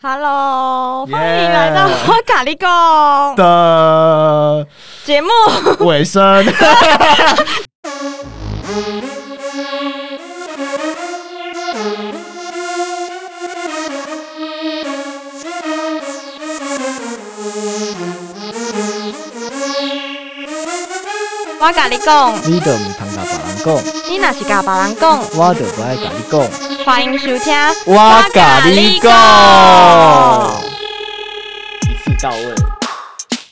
Hello， Yeah 欢迎来到咖喱贡的节目。尾声。我咖喱贡，你的唔通甲别人讲，你那是咖巴人贡，我就不爱甲你讲。欢迎收听我甲你讲，一次到位，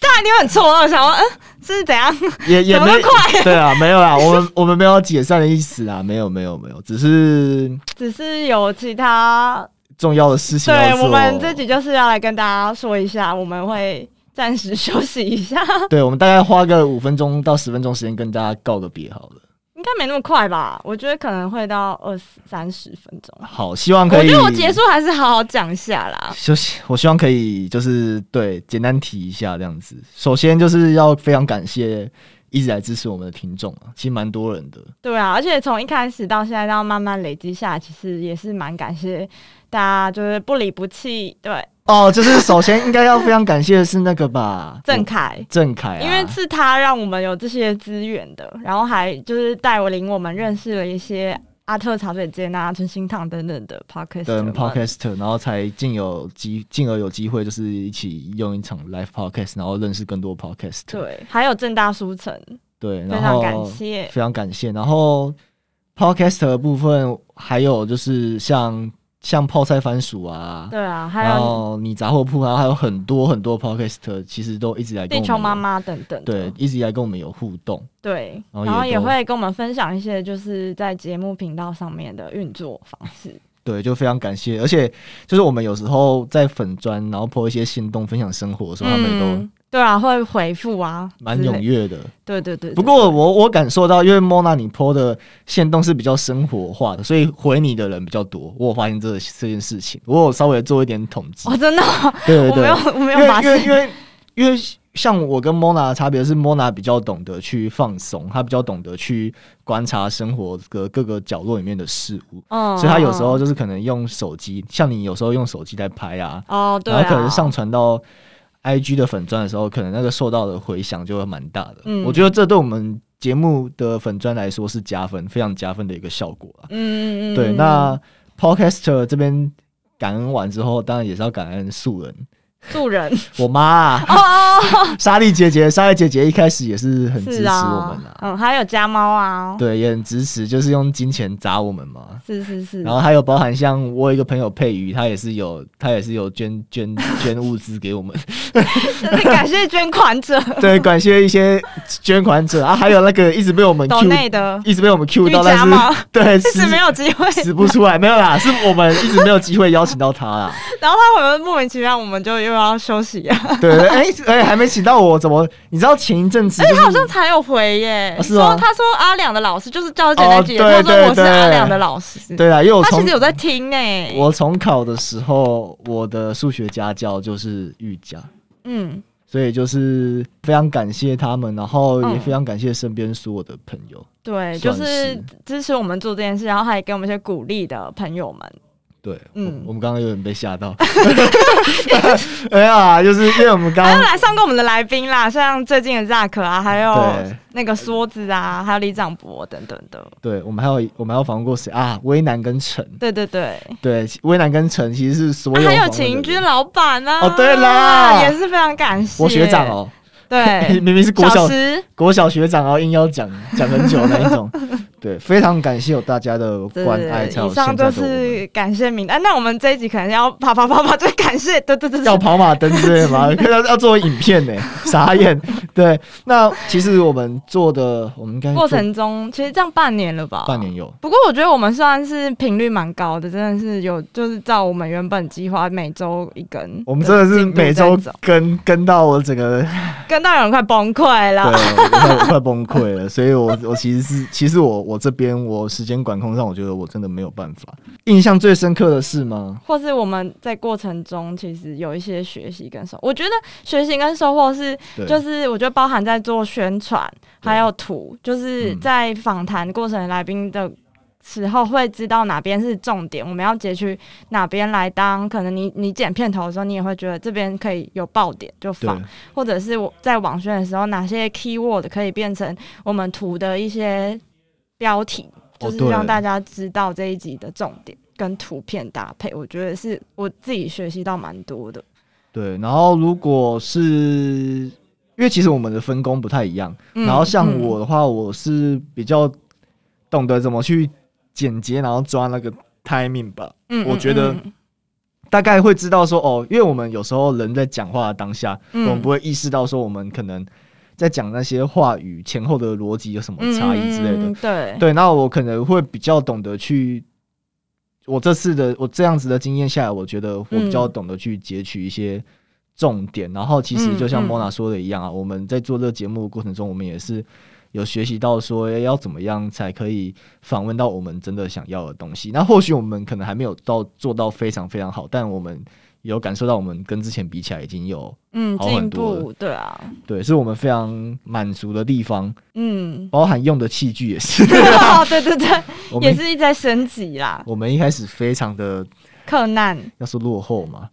大家一定很错愕，想说，嗯，是怎样？ 也也怎没么快对啊，没有啦，我们我 们没有解散的意思啦，没有没有没有，只是只是有其他，重要的事情要对做。我们这集就是要来跟大家说一下，我们会暂时休息一下， 对，我们大概花个五分钟到十分钟时间跟大家告个别好了。应该没那么快吧？我觉得可能会到二十三十分钟。好，希望可我以。觉得我结束还是好好讲一下啦。休息，我希望可以就是对简单提一下这样子。首先就是要非常感谢一直来支持我们的听众啊，其实蛮多人的。对啊，而且从一开始到现在，到慢慢累积下来，其实也是蛮感谢大家，就是不离不弃。对，哦，就是首先应该要非常感谢的是那个吧，郑凯，郑凯、嗯啊，因为是他让我们有这些资源的，然后还就是带我领我们认识了一些阿特茶水间啊、春心堂等等的 podcast 等们。 podcast，然后才进有机，进而有机会就是一起用一场 live podcast，然后认识更多 podcast。对，还有正大书城，对，非然常后感谢非常感谢。然后 podcast 的部分还有就是像像泡菜番薯啊，对啊，还然有后你杂货铺，啊然后还有很多很多 podcast，其实都一直来跟地我们球有妈妈等等的对，一直来跟我们有互动。对，然后然后也也都会跟我们分享一些就是在节目频道上面的运作方式。对，就非常感谢，而且就是我们有时候在粉砖，然后 po 一些行动分享生活的时候，他们也都嗯、对啊，会回复啊，蛮之类踊跃的。对对对，不对过对我我感受到，因为 Mona 你 po 的行动是比较生活 化的，所以回你的人比较多。我有发现这这件事情，我有稍微做一点统计。哦，真的哦，对我对没对有，我没有因为发因为现，因为因为像我跟 Mona 的差别是，Mona 比较懂得去放松，她比较懂得去观察生活的各个角落里面的事物，嗯所以她有时候就是可能用手机，像你有时候用手机在拍啊，哦，对然后可啊，能上传到 IG 的粉砖的时候，可能那个受到的回响就会蛮大的。嗯我觉得这对我们节目的粉砖来说是加分，非常加分的一个效果啊。嗯，嗯嗯，对，嗯那 Podcaster 这边感恩完之后，当然也是要感恩素人，助 人我妈、啊。哦哦，哦莎莉姐姐，莎莉姐姐一开始也是很支持是我啊们啊，，嗯，还有家猫啊，对，也很支持，就是用金钱砸我们嘛。是是是然，后还有包含像我有一个朋友佩瑜，他也是有，他也是有捐 捐捐物资给我们，真是感谢捐款 者对，感谢一些捐款者啊，还有那个一直被我们岛 Q，内的一直被我们 Q 瑜到，但伽猫是 对， 一直没死有机会，死不出来，没有啦，是我们一直没有机会邀请到他啦。 然后他可能莫名其妙，我们就又要休息 啊，对，对哎哎，还没请到我，怎么？你知道前一阵子就是哎好像才有回耶，哦是说吗他说阿良的老师就是教简单哦解，他对说我对是阿对良的老师，对啊啦，因为我他从其实有在听诶，我重考的时候，我的数学家教就是瑜伽，嗯，所以就是非常感谢他们，然后也嗯非常感谢身边所有的朋友。对，就算是是支持我们做这件事，然后还给我们一些鼓励的朋友们。对，嗯嗯，我们刚刚有点被吓到， 没有啊，就是因为我们刚还有刚来上过我们的来宾啦，像最近的 Zack 啊，还有对那个梭子啊，还有李长博等等的。对我们还有我们还有访问过谁啊？威南跟陈，对对对，对，威南跟陈其实是所啊有、还有秦军。老板啊，哦对啦也是非常感谢我学长，哦， 对，明明是国小小石国小学长，然后硬要讲讲很久那一种，对，非常感谢有大家的对关爱，才有以上现在就的我们。是感谢名啊单。那我们这一集可能要啪啪啪啪，就感谢，对对对，对 要跑马灯之类的吗？要要做影片呢、 傻眼。对，那其实我们做的，我们应该过做程中，其实这样半年了吧，半年有，不过我觉得我们算是频率蛮高的，真的是有就是照我们原本计划每周一根，我们真的是每周走，跟跟到我整个跟到有人快崩溃对了。我快我快崩溃了，所以我我其实是其实我我这边我时间管控上，我觉得我真的没有办法。印象最深刻的是吗？或是我们在过程中其实有一些学习跟收，我觉得学习跟收获是，对，就是我觉得包含在做宣传，对还有图，就是嗯在访谈过程来宾的时候会知道哪边是重点，我们要截取哪边来当。可能你你剪片头的时候，你也会觉得这边可以有爆点就对放，或者是我在网宣的时候，哪些 keyword 可以变成我们图的一些标题，哦就是对让大家知道这一集的重点跟图片搭配。我觉得是我自己学习到蛮多的。对。然后如果是因为其实我们的分工不太一样，嗯然后像嗯我的话，我是比较懂得怎么去剪接，然后抓那个 timing 吧。嗯我觉得嗯嗯大概会知道说哦，因为我们有时候人在讲话的当下，嗯我们不会意识到说我们可能在讲那些话语前后的逻辑有什么差异之类的。嗯嗯嗯嗯对，对，那我可能会比较懂得去，我这次的我这样子的经验下来，我觉得我比嗯较懂得去截取一些重点。然后其实就像嗯嗯 Mona 说的一样啊，我们在做这个节目的过程中，我们也是有学习到说诶要怎么样才可以访问到我们真的想要的东西。那或许我们可能还没有到做到非常非常好，但我们有感受到我们跟之前比起来已经有嗯，好很进多步，对啊，对，是我们非常满足的地方，，嗯 包含用的器具也是。 哦对对对，我们也是一直在升级啦，我们一开始非常的克难，要说落后嘛，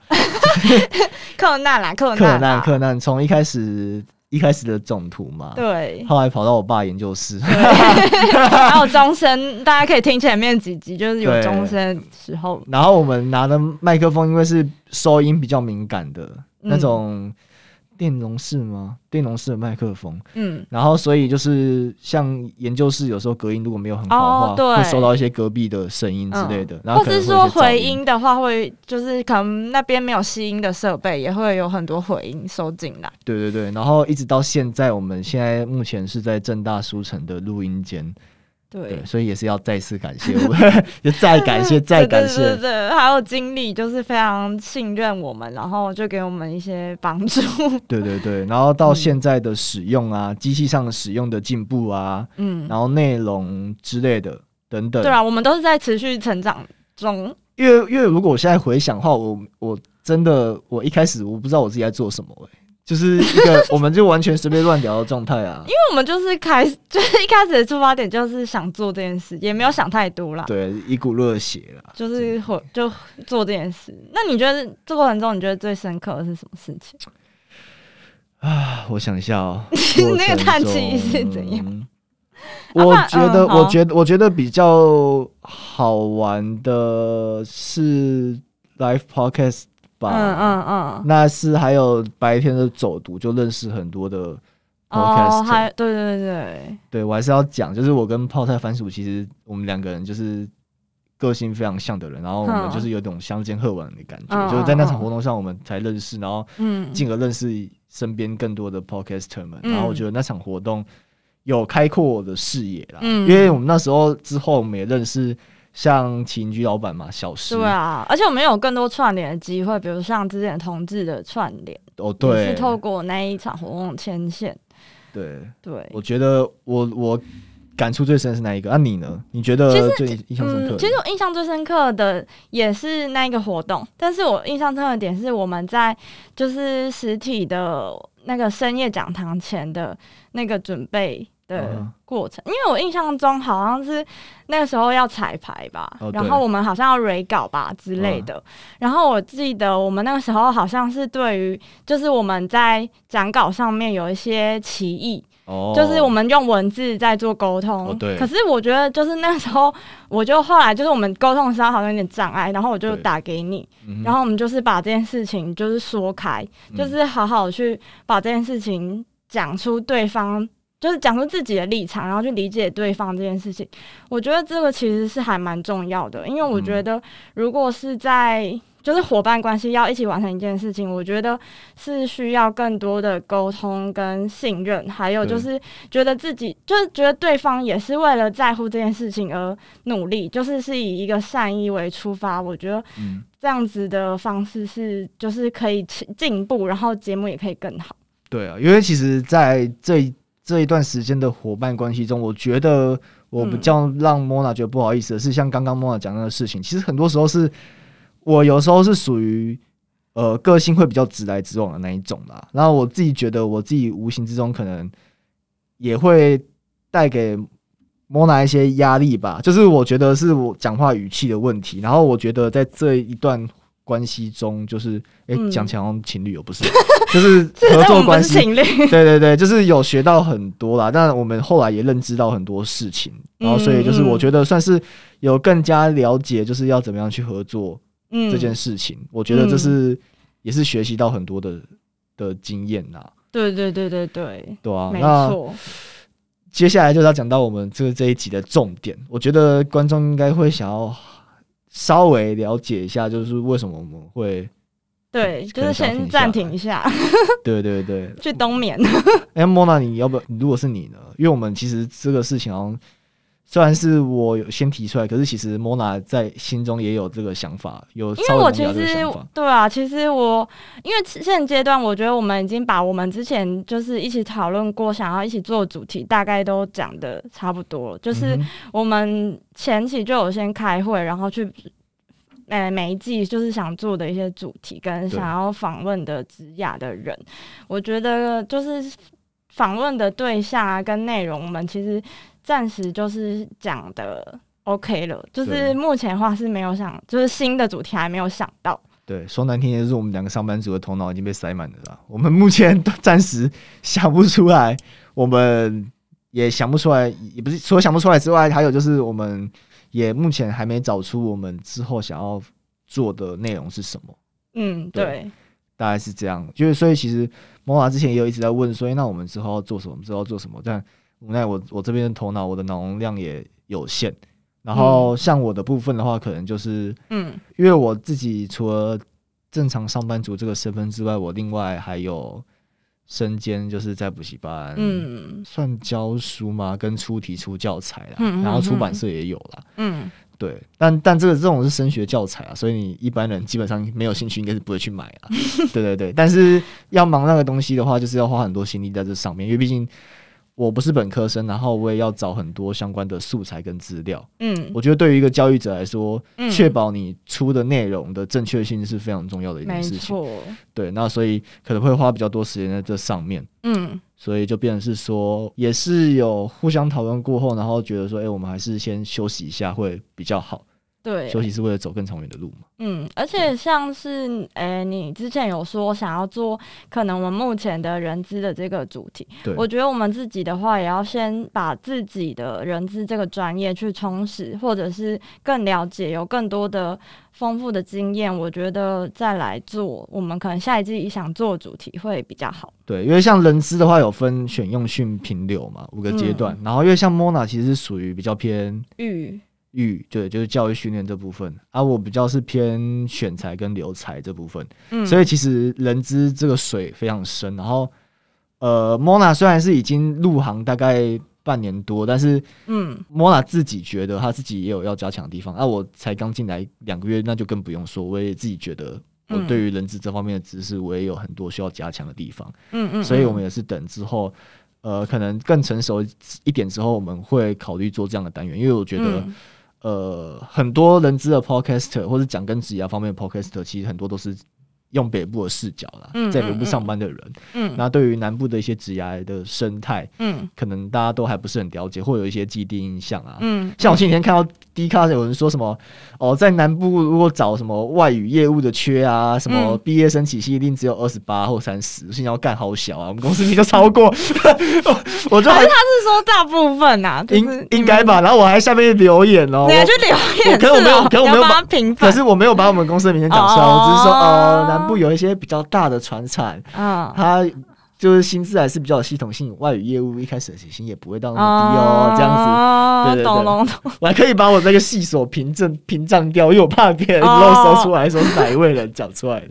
克难啦，克克难难啦，克难，从一开始一开始的总图嘛，，对后来跑到我爸研究室，还有钟声，大家可以听前面几集，就是有对钟声的时候，然后我们拿的麦克风因为是收音比较敏感的、嗯那种电容式吗？电容式的麦克风，嗯，然后所以就是像研究室有时候隔音如果没有很好哦的对话，嗯会收到一些隔壁的声音之类的，然后或可能是会说有一些噪回音。音的话，会就是可能那边没有吸音的设备，也会有很多回音收进来。对对对，然后一直到现在，我们现在目前是在正大书城的录音间，对对，，所以也是要再次感谢我们， 就再感 谢，再对感对对谢。对，还有经理就是非常信任我们，然后就给我们一些帮助。对对对，然后嗯到现在的使用啊，机器上使用的进步啊， 嗯，然后内容之类的等等。对啊，我们都是在持续成长中。因为因为如果我现在回想的话，我我真的我一开始我不知道我自己在做什么、欸，就是一个 我们就完全随便乱聊的状态啊。因为我们就是开始，就是一开始的出发点就是想做这件事，也没有想太多啦，对，一股热血啦。就是会就做这件事。那你觉得这过程中，你觉得最深刻的是什么事情？，啊，我想一下哦 那个叹气是怎样样？啊嗯我不然觉得，嗯好我觉得，我觉得比较好玩的是 live podcast 吧。嗯嗯嗯，那是还有白天的走读，就认识很多的 podcast、哦，还对对对，对我还是要讲，就是我跟泡菜番薯，其实我们两个人就是个性非常像的人，然后我们嗯就是有种相见恨晚的感觉，嗯就是在那嗯场嗯活动上我们才认识，然后嗯进而认识身边更多的 podcaster 们。嗯然后我觉得那场活动有开阔我的视野啦，嗯因为我们那时候之后我们也认识像起云居老板嘛，小石，对啊，而且我们有更多串联的机会，比如像之前同志的串联，哦也对是透过那一场活动牵线。对，对，我觉得我我感触最深是哪一个？啊，你呢？你觉得其实最印象深刻的？嗯。其实我印象最深刻的也是那一个活动，但是我印象深刻的点是我们在就是实体的那个深夜讲堂前的那个准备。的嗯过程，因为我印象中好像是那个时候要彩排吧，哦对嗯然后我们好像要 re 稿吧之类的。然后我记得我们那个时候好像是对于，就是我们在讲稿上面有一些歧义，哦就是我们用文字在做沟通。哦对可是我觉得，就是那时候，我就后来就是我们沟通的时候好像有点障碍，然后我就对打给你，嗯哼，然后我们就是把这件事情就是说开，嗯就是好好去把这件事情讲出对方，就是讲出自己的立场，然后去理解对方这件事情。我觉得这个其实是还蛮重要的，因为我嗯觉得如果是在就是伙伴关系要一起完成一件事情，我觉得是需要更多的沟通跟信任，还有就对是觉得自己就是觉得对方也是为了在乎这件事情而努力，就是是以一个善意为出发。我觉得嗯这样子的方式是，就是可以进进步，然后节目也可以更好。对啊，因为其实，在这一这一段时间的伙伴关系中，我觉得我比较让 Mona 觉得不好意思的是，像刚刚 Mona 讲那个事情，其实很多时候是我有时候是属于呃个性会比较直来直往的那一种啦。然后我自己觉得，我自己无形之中可能也会带给莫娜一些压力吧，就是我觉得是我讲话语气的问题。然后我觉得在这一段关系中，就是哎，嗯讲、起来好像情侣有不是，就是合但我作们不关是系。情侣，对对对，就是有学到很多啦。但我们后来也认知到很多事情，然后所以就是嗯嗯我觉得算是有更加了解，就是要怎么样去合作嗯， 这件事情。我觉得这是、也是学习到很多的的经验呐，嗯对对对对对，对啊，没那错，接下来就是要讲到我们这这一集的重点，我觉得观众应该会想要稍微了解一下，就是为什么我们会，对，可就能是想要先停下暂来停一下，对对对。 去冬眠。哎、莫娜，你要不要？如果是你呢？因为我们其实这个事情好像虽然是我有先提出来，可是其实莫娜在心中也有这个想法，有因为稍微我了其解这个实想法。对啊，其实我因为现阶段，我觉得我们已经把我们之前就是一起讨论过想要一起做的主题，大概都讲的差不多了。就是嗯哼我们前期就有先开会，然后去。呃，每一季就是想做的一些主题，跟对想要访问的职雅的人，我觉得就是访问的对象啊，跟内容，我们其实暂时就是讲的 OK 了，就是对目前的话是没有想，就是新的主题还没有想到。对，说难听点，就是我们两个上班族的头脑已经被塞满了啦。我们目前都暂时想不出来，我们也想不出来，也不是除了想不出来之外，还有就是我们也目前还没找出我们之后想要做的内容是什么。嗯，对对，大概是这样。就是所以其实摩拉之前也有一直在问说，哎，那我们之后要做什么？之后要做什么？但无奈我我这边的头脑，我的脑容量也有限。然后像我的部分的话，可能就是嗯因为我自己除了正常上班族这个身份之外，我另外还有身兼就是在补习班，，嗯算教书嘛，跟出题出教材啦，嗯嗯然后出嗯版社也有啦。嗯，对，但但这个这种是升学教材啊，所以你一般人基本上没有兴趣，应该是不会去买 啊。对对对，但是要忙那个东西的话，就是要花很多心力在这上面，因为毕竟我不是本科生，然后我也要找很多相关的素材跟资料。嗯我觉得对于一个教育者来说，嗯，确保你出的内容的正确性是非常重要的一没件事情。错，对，那所以可能会花比较多时间在这上面。嗯所以就变成是说，也是有互相讨论过后，然后觉得说，哎、我们还是先休息一下会比较好。对，休息是为了走更长远的路嘛。嗯，而且像是诶、你之前有说想要做可能我们目前的人资的这个主题，对，我觉得我们自己的话，也要先把自己的人资这个专业去充实，或者是更了解，有更多的丰富的经验。我觉得再来做，我们可能下一季想做的主题会比较好。对，因为像人资的话有分选用训评流嘛，五个阶段。嗯然后因为像 Mona 其实是属于比较偏嗯预育，对，就是教育训练这部分啊，我比较是偏选材跟留才这部分。嗯，所以其实人资这个水非常深。然后呃，Mona 虽然是已经入行大概半年多，但是嗯 Mona 自己觉得她自己也有要加强的地方。啊，我才刚进来两个月，那就更不用说，我也自己觉得。我嗯对于人资这方面的知识，我也有很多需要加强的地方，嗯嗯，所以我们嗯也是等之后，呃，可能更成熟一点之后，我们会考虑做这样的单元，因为我觉得，嗯呃，很多人资的 podcaster 或者讲跟职涯方面的 podcaster，其实很多都是用北部的视角啦，嗯在北部嗯上班的人，嗯那对于南部的一些职涯的生态，嗯可能大家都还不是很了解，会有一些既定印象啊，嗯，像我前几天看到 D 卡有人说什么哦，在南部如果找什么外语业务的缺啊，什么嗯毕业生起薪一定只有二十八或三十，我心想要干好小啊，我们公司明明就超过， 我我就还还是他是说大部分啊，就是应你应们啊该吧，，然后我还下面留言哦，你还我去留言可是我没有是哦可是我没有你要把帮他平反，可是我没有把我们公司的名称讲出来，哦我只是说哦，南部有一些比较大的船产，嗯它。就是薪资还是比较有系统性，外语业务一开始的起薪也不会到那么低哦，这样子。对对对懂懂懂，我还可以把我那个细所凭证屏障掉，因为我怕别人哦漏搜出来说是哪一位人讲出来 的。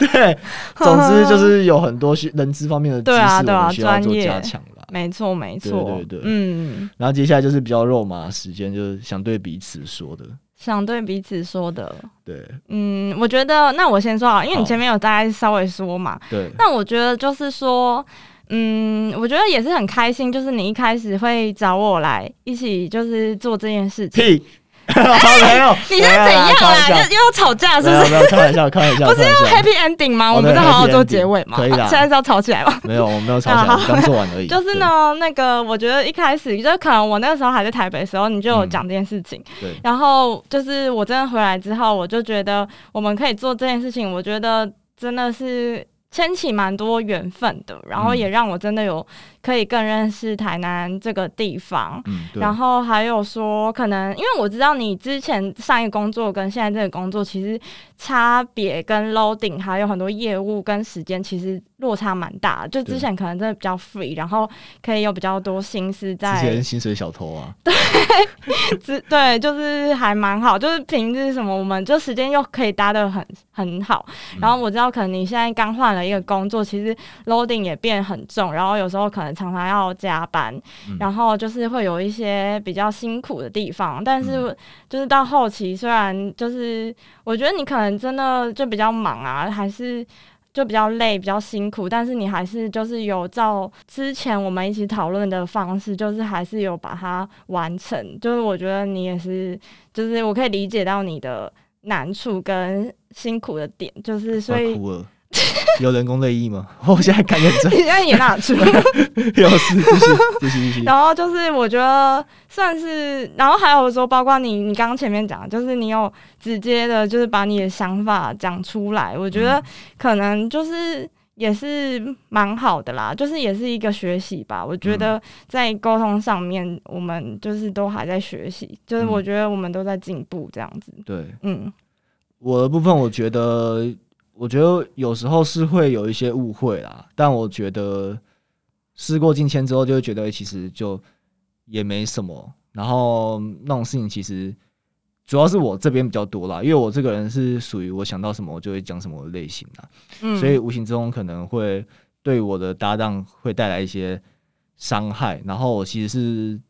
对， 总之就是有很多需人资方面的知对啊识，对我啊们需要专做业加强啦。 没错没错，对对对嗯，然后接下来就是比较肉麻的时间，就是想对彼此说的。想对彼此说的，对嗯，我觉得那我先说啊，因为你好嗯前面有大概稍微说嘛，对 那我觉得就是说，嗯，我觉得也是很开心，就是你一开始会找我来一起就是做这件事情，屁没有，哎你是怎啊样啦？又没有又要吵架是不没有是？没有，开玩笑，开玩笑，不是开要玩笑 happy ending 吗？哦我们不是对好好 happy 做 ending，结尾吗？可以啦 现在是要吵起来吗？没有，我没有吵起来，啊我刚做完而已。就是呢，那个我觉得一开始就可能我那个时候还在台北的时候，你就有讲这件事情。嗯对然后就是我真的回来之后，我就觉得我们可以做这件事情，我觉得真的是牵起蛮多缘分的，然后嗯也让我真的有可以更认识台南这个地方。对，嗯，对，然后还有说，可能因为我知道你之前上一个工作跟现在这个工作其实差别跟 loading 还有很多业务跟时间其实落差蛮大的。就对之前可能真的比较 free，然后可以有比较多心思之在前薪水小偷啊，之 对，就是还蛮好，就是平日什么，我们就时间又可以搭的很很好。然后我知道可能你现在刚换了一个工作，其实 loading 也变很重，然后有时候可能常常要加班，嗯然后就是会有一些比较辛苦的地方。但是就是到后期，虽然就是我觉得你可能真的就比较忙啊，还是。就比较累，比较辛苦，但是你还是就是有照之前我们一起讨论的方式，就是还是有把它完成。就是我觉得你也是，就是我可以理解到你的难处跟辛苦的点，就是所 快以哭了。有人工泪意吗？ 我现在看认真，你现在也拿出， 有事继续继续继续。然后就是我觉得算是，然后还有说，包括你，你刚刚前面讲的，就是你有直接的，就是把你的想法讲出来，我觉得嗯可能就是。也是蛮好的啦，就是也是一个学习吧。我觉得在沟通上面，我们就是都还在学习，就是我嗯觉得我们都在进步这样子。对嗯，我的部分，我觉得，我觉得有时候是会有一些误会啦，但我觉得事过境迁之后，就会觉得诶其实就也没什么。然后那种事情，其实主要是我这边比较多啦，因为我这个人是属于我想到什么我就会讲什么的类型啊啦。嗯所以无形之中可能会对我的搭档会带来一些伤害。然后我其实是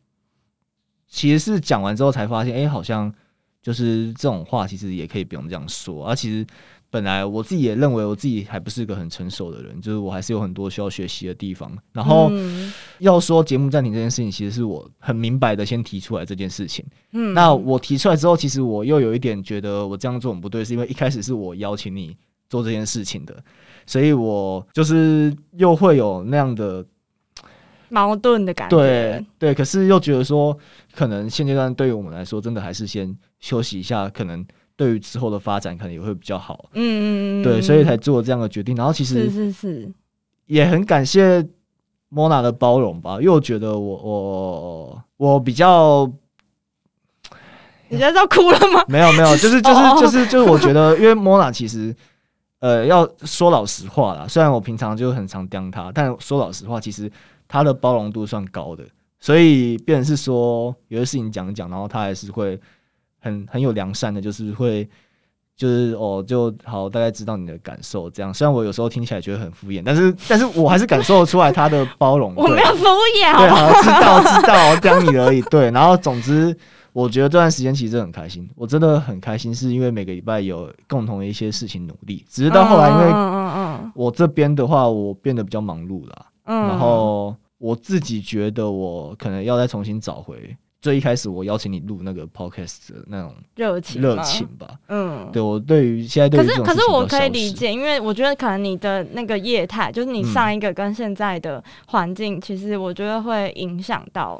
其实是讲完之后才发现，哎、好像就是这种话其实也可以不用这样说。啊，其实本来我自己也认为我自己还不是个很成熟的人，就是我还是有很多需要学习的地方。然后嗯要说节目暂停这件事情，其实是我很明白的先提出来这件事情。嗯那我提出来之后，其实我又有一点觉得我这样做很不对，是因为一开始是我邀请你做这件事情的，所以我就是又会有那样的矛盾的感觉，对对，可是又觉得说，可能现阶段对于我们来说，真的还是先休息一下，可能对于之后的发展可能也会比较好，嗯，嗯嗯嗯，对，所以才做这样的决定。然后其是实是是，也很感谢莫娜的包容吧，因为我觉得我我我比较你觉得要哭了吗？没有没有，就是就哦是就是就是，我觉得因为 Mona 其实，呃，要说老实话啦，虽然我平常就很常刁她，但说老实话，其实她的包容度算高的，所以变成是说有些事情讲一讲，然后她还是会很很有良善的，就是会。就是哦，就好，大概知道你的感受这样。虽然我有时候听起来觉得很敷衍，但是但是我还是感受得出来她的包容。我对没有敷衍，好对，不好？好，知道知道，我讲你而已。对，然后总之，我觉得这段时间其实很开心，我真的很开心，是因为每个礼拜有共同的一些事情努力。只是到后来，因嗯为嗯嗯我这边的话，我变得比较忙碌啦，嗯，然后我自己觉得我可能要再重新找回最一开始我邀请你录那个 podcast 的那种热情热嘛情，吧。嗯。对我对于现在对可于这是，种可事是情我比较可以消理失，解，因为我觉得可能你的那个业态，就是你嗯上一个跟现在的环境，其实我觉得会影响到，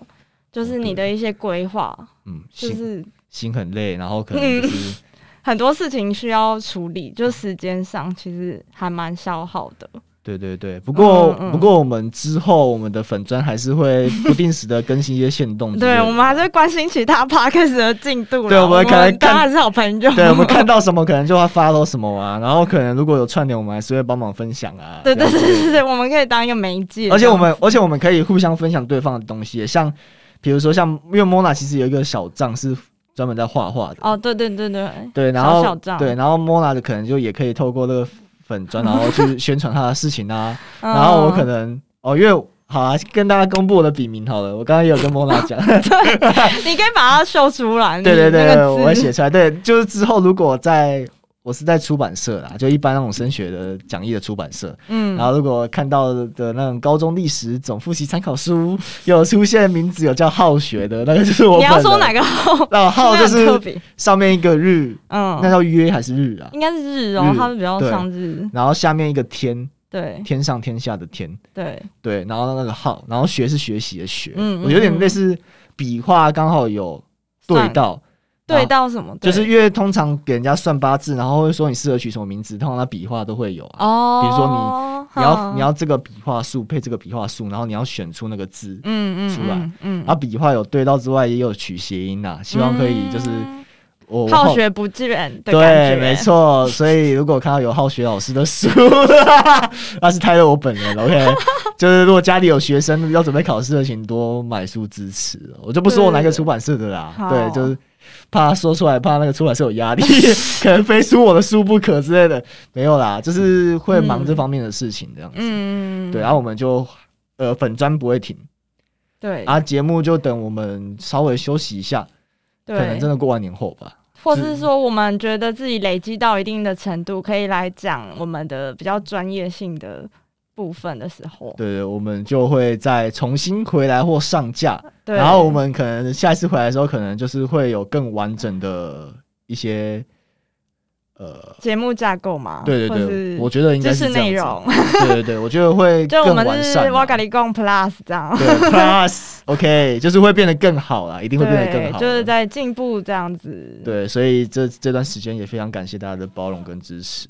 就是你的一些规划，嗯，就心是心很累，然后可 能就是。很多事情需要处理，就时间上其实还蛮消耗的。对对对，不过、嗯嗯不过我们之后我们的粉砖还是会不定时的更新一些线动之类的， 对，我们还是会关心其他 podcast 的进度啦。嗯对我我们可能当看然是好朋友。对我们看到什么可能就要 follow 什么啊，然后可能如果有串联，我们还是会帮忙分享啊，对对这对样之类对的对，我们可以当一个媒介。而且我们而且我们可以互相分享对方的东西，像比如说像因为 Mona 其实有一个小账是专门在画画的，哦，对对对对，对，然后小小账对，然后 Mona 的可能就也可以透过那个 粉砖，然后去宣传她的事情啊，然后我可嗯能哦，因为好啊，跟大家公布我的笔名好了，我刚刚也有跟 Mona 讲。你可以把它秀出来。对对你 对，那对个字我会写出来。对，就是之后如果在我是在出版社啦，就一般那种升学的讲义的出版社。嗯，然后如果看到的那种高中历史总复习参考书有出现名字有叫浩学的，那个就是我你本人。要说哪个号？那浩就那很特是别，上面一个日，那嗯，叫约还是日啊？应该是日哦，日他们比较对像日，然后下面一个天，对天上天下的天，对，对，然后那个浩，然后学是学习的学，嗯嗯我有点类似笔画刚好有对算到，然对后到什么？就是对因为通常给人家算八字，然后会说你适合取什么名字，通常那笔画都会有啊。哦，比如说你要哼你要这个笔画数配这个笔画数，然后你要选出那个字，嗯嗯出来嗯嗯，啊，笔画有对到之外，也有取谐音呐、希望可以就是嗯我我好学不倦的感对，觉，没。错。所以如果看到有浩学老师的书， 那是太对我本人了。OK，就是如果家里有学生要准备考试的，请多买书支持。我就不说我哪个出版社的啦，对对， 好就是怕说出来，怕那个出版社有 压力，可能非出我的书不可之类的。没有啦，就是会忙这方面的事情这样子。嗯，对，然后我们就呃粉砖不会停，对啊，节目就等我们稍微休息一下，可能对真，的过完年后吧。或是说我们觉得自己累积到一定的程度，可以来讲我们的比较专业性的部分的时候，对对，我们就会再重新回来或上架，对，然后我们可能下一次回来的时候，可能就是会有更完整的一些，呃，节目架构嘛，对对啊或对，是我觉得应该知是识这内样容，子， 对对对，我觉得 会就更我们完是善瓦啊，咖喱贡 Plus 这样， 对 Plus OK，就是会变得更好啦，一定会变得更对，好的，就是在进步这样子，对，所以这这段时间也非常感谢大家的包容跟支持。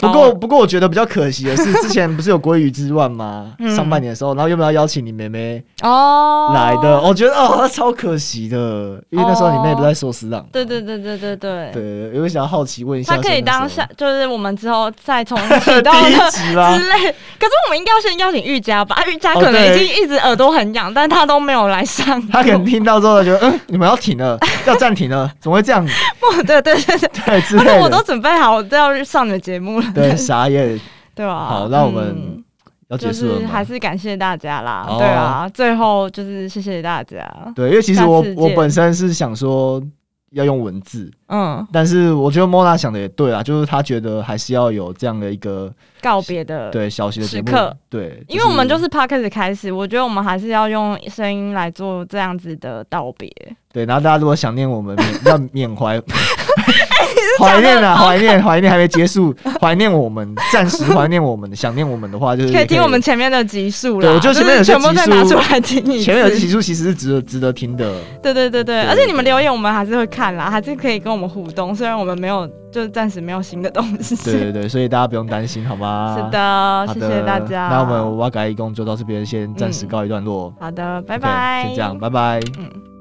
不过，不过我觉得比较可惜 的是，之前不是有国语之乱吗？嗯上半年的时候，然后原本要邀请你妹妹哦，来的，，我觉得哦，那超可惜的，因为那时候你妹不哦在寿司郎。对对对对对对。对，因为想要好奇问一下他说可那时候，以当下，就是我们之后再重启 到第那一集啦之。类。可是我们应该要先邀请玉佳吧，玉佳哦可能已对经一直耳朵很痒，但他都没有来上过。他可能听到之后觉得，嗯，你们要停了，要暂停了，怎么会这样？ 我 对对对对，对，之他类说的。我都准备好，我都要上你的节目了，对，傻眼。对吧？好，那我们嗯要结就束了是吗？还是感谢大家啦，哦对啊，最后就是谢谢大家，对，因为其实我下次见我本身是想说要用文字，嗯，但是我觉得莫娜想的也对啊，就是她觉得还是要有这样的一个告别的。对小型的节目呃时刻，对，因为我们就是 podcast 开始，我觉得我们还是要用声音来做这样子的道别。对，然后大家如果想念我们，缅 要 缅怀。 怀念啊，怀念，怀念还没结束，怀念我们， 暂时怀念我们，想念我们的话，就是可以也听我们前面的集数啦，对我觉得前面有就是些全部再拿集出数来听一次。前面有几处其实是值得值得听的，对对对对，对而且你们留言我们还是会看啦，还是可以跟我们互动，虽然我们没有，就是暂时没有新的东西。对对对，所以大家不用担心，好 吗？是的，好谢的，谢大家。那我们挖改一共就到这边，先暂时嗯告一段落。好的，拜 OK，拜。先这样，拜拜。嗯。